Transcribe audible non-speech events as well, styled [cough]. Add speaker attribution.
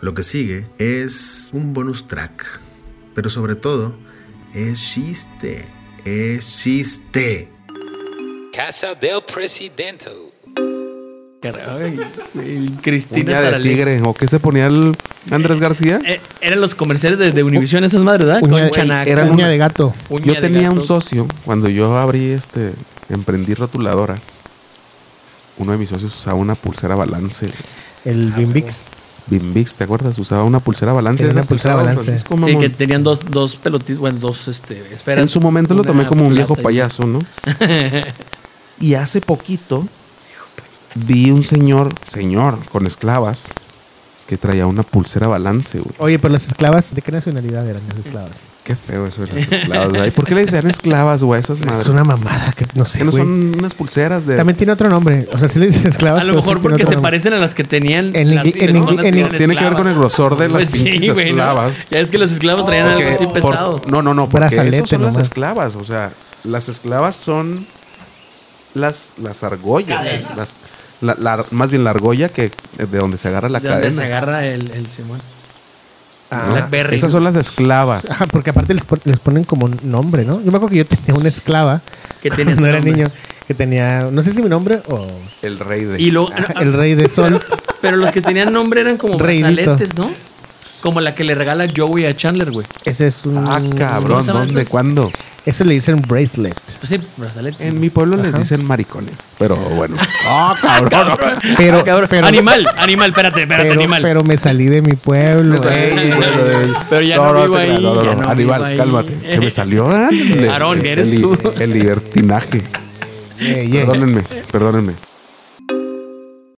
Speaker 1: Lo que sigue es un bonus track, pero sobre todo es chiste, es chiste.
Speaker 2: Casa del Presidente.
Speaker 3: Caray, el Cristina
Speaker 4: Uña de
Speaker 3: Saralí.
Speaker 4: tigre. ¿O qué se ponía el Andrés García?
Speaker 3: Eh, eran los comerciales de, de Univision esas madres, ¿verdad?
Speaker 5: Uña,
Speaker 3: Con chanaca.
Speaker 5: era uña de gato.
Speaker 3: Uña
Speaker 4: Yo
Speaker 3: de
Speaker 4: tenía un
Speaker 3: gato.
Speaker 4: socio, cuando yo abrí este, emprendí rotuladora, uno de mis socios usaba una pulsera balance. Ah,
Speaker 5: El Bimbix.
Speaker 4: Bimbix, ¿te acuerdas? Usaba una pulsera balance.
Speaker 5: Tenía
Speaker 4: esas
Speaker 5: una
Speaker 4: que
Speaker 5: pulsera
Speaker 4: usaba
Speaker 5: balance.
Speaker 4: Francisco,
Speaker 3: Sí,
Speaker 4: mamón.
Speaker 3: que tenían dos, dos pelotitas, bueno, dos este, esferas.
Speaker 4: en su momento lo
Speaker 3: Una
Speaker 4: tomé como un viejo
Speaker 3: plata y- [laughs]
Speaker 4: payaso, ¿no? y hace poquito vi un señor, señor, con esclavas, que traía una pulsera balance, güey.
Speaker 5: Oye, pero las esclavas, ¿de qué nacionalidad eran las esclavas?
Speaker 4: Qué feo eso de las esclavas. güey. ¿Por qué le decían esclavas, güey, a esas madres?
Speaker 5: Es una mamada que no sé,
Speaker 4: Que no
Speaker 5: güey.
Speaker 4: son unas pulseras de.
Speaker 5: También tiene otro nombre. O sea, sí le dicen esclavas.
Speaker 3: A lo
Speaker 5: pero
Speaker 3: mejor
Speaker 5: sí tiene
Speaker 3: porque
Speaker 5: otro
Speaker 3: se
Speaker 5: nombre.
Speaker 3: parecen a las que tenían
Speaker 5: En
Speaker 3: las
Speaker 5: ingli- en
Speaker 3: personas
Speaker 5: ingli- en
Speaker 3: eran
Speaker 5: ingli-
Speaker 4: Tiene que ver con el
Speaker 3: esclavas.
Speaker 4: grosor de las
Speaker 3: Pues sí,
Speaker 4: pinches
Speaker 3: güey, ¿no?
Speaker 4: esclavas.
Speaker 3: Ya es que los esclavos traían algo así
Speaker 4: Porque por-
Speaker 3: pesado.
Speaker 4: no, no, no, porque
Speaker 5: Brazalete
Speaker 4: esas son las
Speaker 5: nomás.
Speaker 4: esclavas. O sea, las esclavas son las, las argollas. las- la- la- más bien la argolla que de donde se agarra la
Speaker 3: de donde se
Speaker 4: cadena.
Speaker 3: agarra el, el Simón.
Speaker 4: ¿no?
Speaker 3: la berry.
Speaker 4: Esas son las esclavas.
Speaker 5: Ah, porque aparte les, pon- les ponen como nombre, ¿no? Yo me acuerdo que yo tenía una esclava
Speaker 3: Que tenía
Speaker 5: [laughs] cuando era
Speaker 3: nombre.
Speaker 5: niño que tenía, no sé si mi nombre
Speaker 3: [laughs]
Speaker 5: o
Speaker 4: El rey de.
Speaker 3: pues. Y luego,
Speaker 5: el rey de sol.
Speaker 3: pero los que tenían nombre eran como
Speaker 5: Reidito.
Speaker 3: brazaletes, ¿no? Como la que le regala Joey a Chandler, güey.
Speaker 5: Ese es un.
Speaker 4: ah,
Speaker 3: mm, ¿cómo
Speaker 4: cabrón,
Speaker 3: se llaman
Speaker 4: ¿dónde?
Speaker 3: esos?
Speaker 4: ¿Cuándo?
Speaker 5: Eso le dicen bracelet.
Speaker 3: Pues sí, brazaletes.
Speaker 4: En mi pueblo les dicen maricones, pero bueno. Ah, cabrón.
Speaker 5: Pero,
Speaker 3: Ah, cabrón.
Speaker 5: pero,
Speaker 3: animal, animal, espérate, espérate,
Speaker 5: pero,
Speaker 3: animal.
Speaker 5: pero me salí de mi pueblo.
Speaker 4: Te salí de mi
Speaker 5: eh.
Speaker 4: pueblo, eh.
Speaker 3: Pero ya no vivo
Speaker 4: te creas,
Speaker 3: ahí,
Speaker 4: No, no,
Speaker 3: ya
Speaker 4: no.
Speaker 3: no
Speaker 4: Aníbal,
Speaker 3: vivo ahí.
Speaker 4: cálmate. Se me salió. ándale.
Speaker 3: Aarón,
Speaker 4: El-
Speaker 3: eres
Speaker 4: el-
Speaker 3: tú. [laughs]
Speaker 4: El libertinaje.
Speaker 5: Yeah, yeah.
Speaker 4: Perdónenme, perdónenme.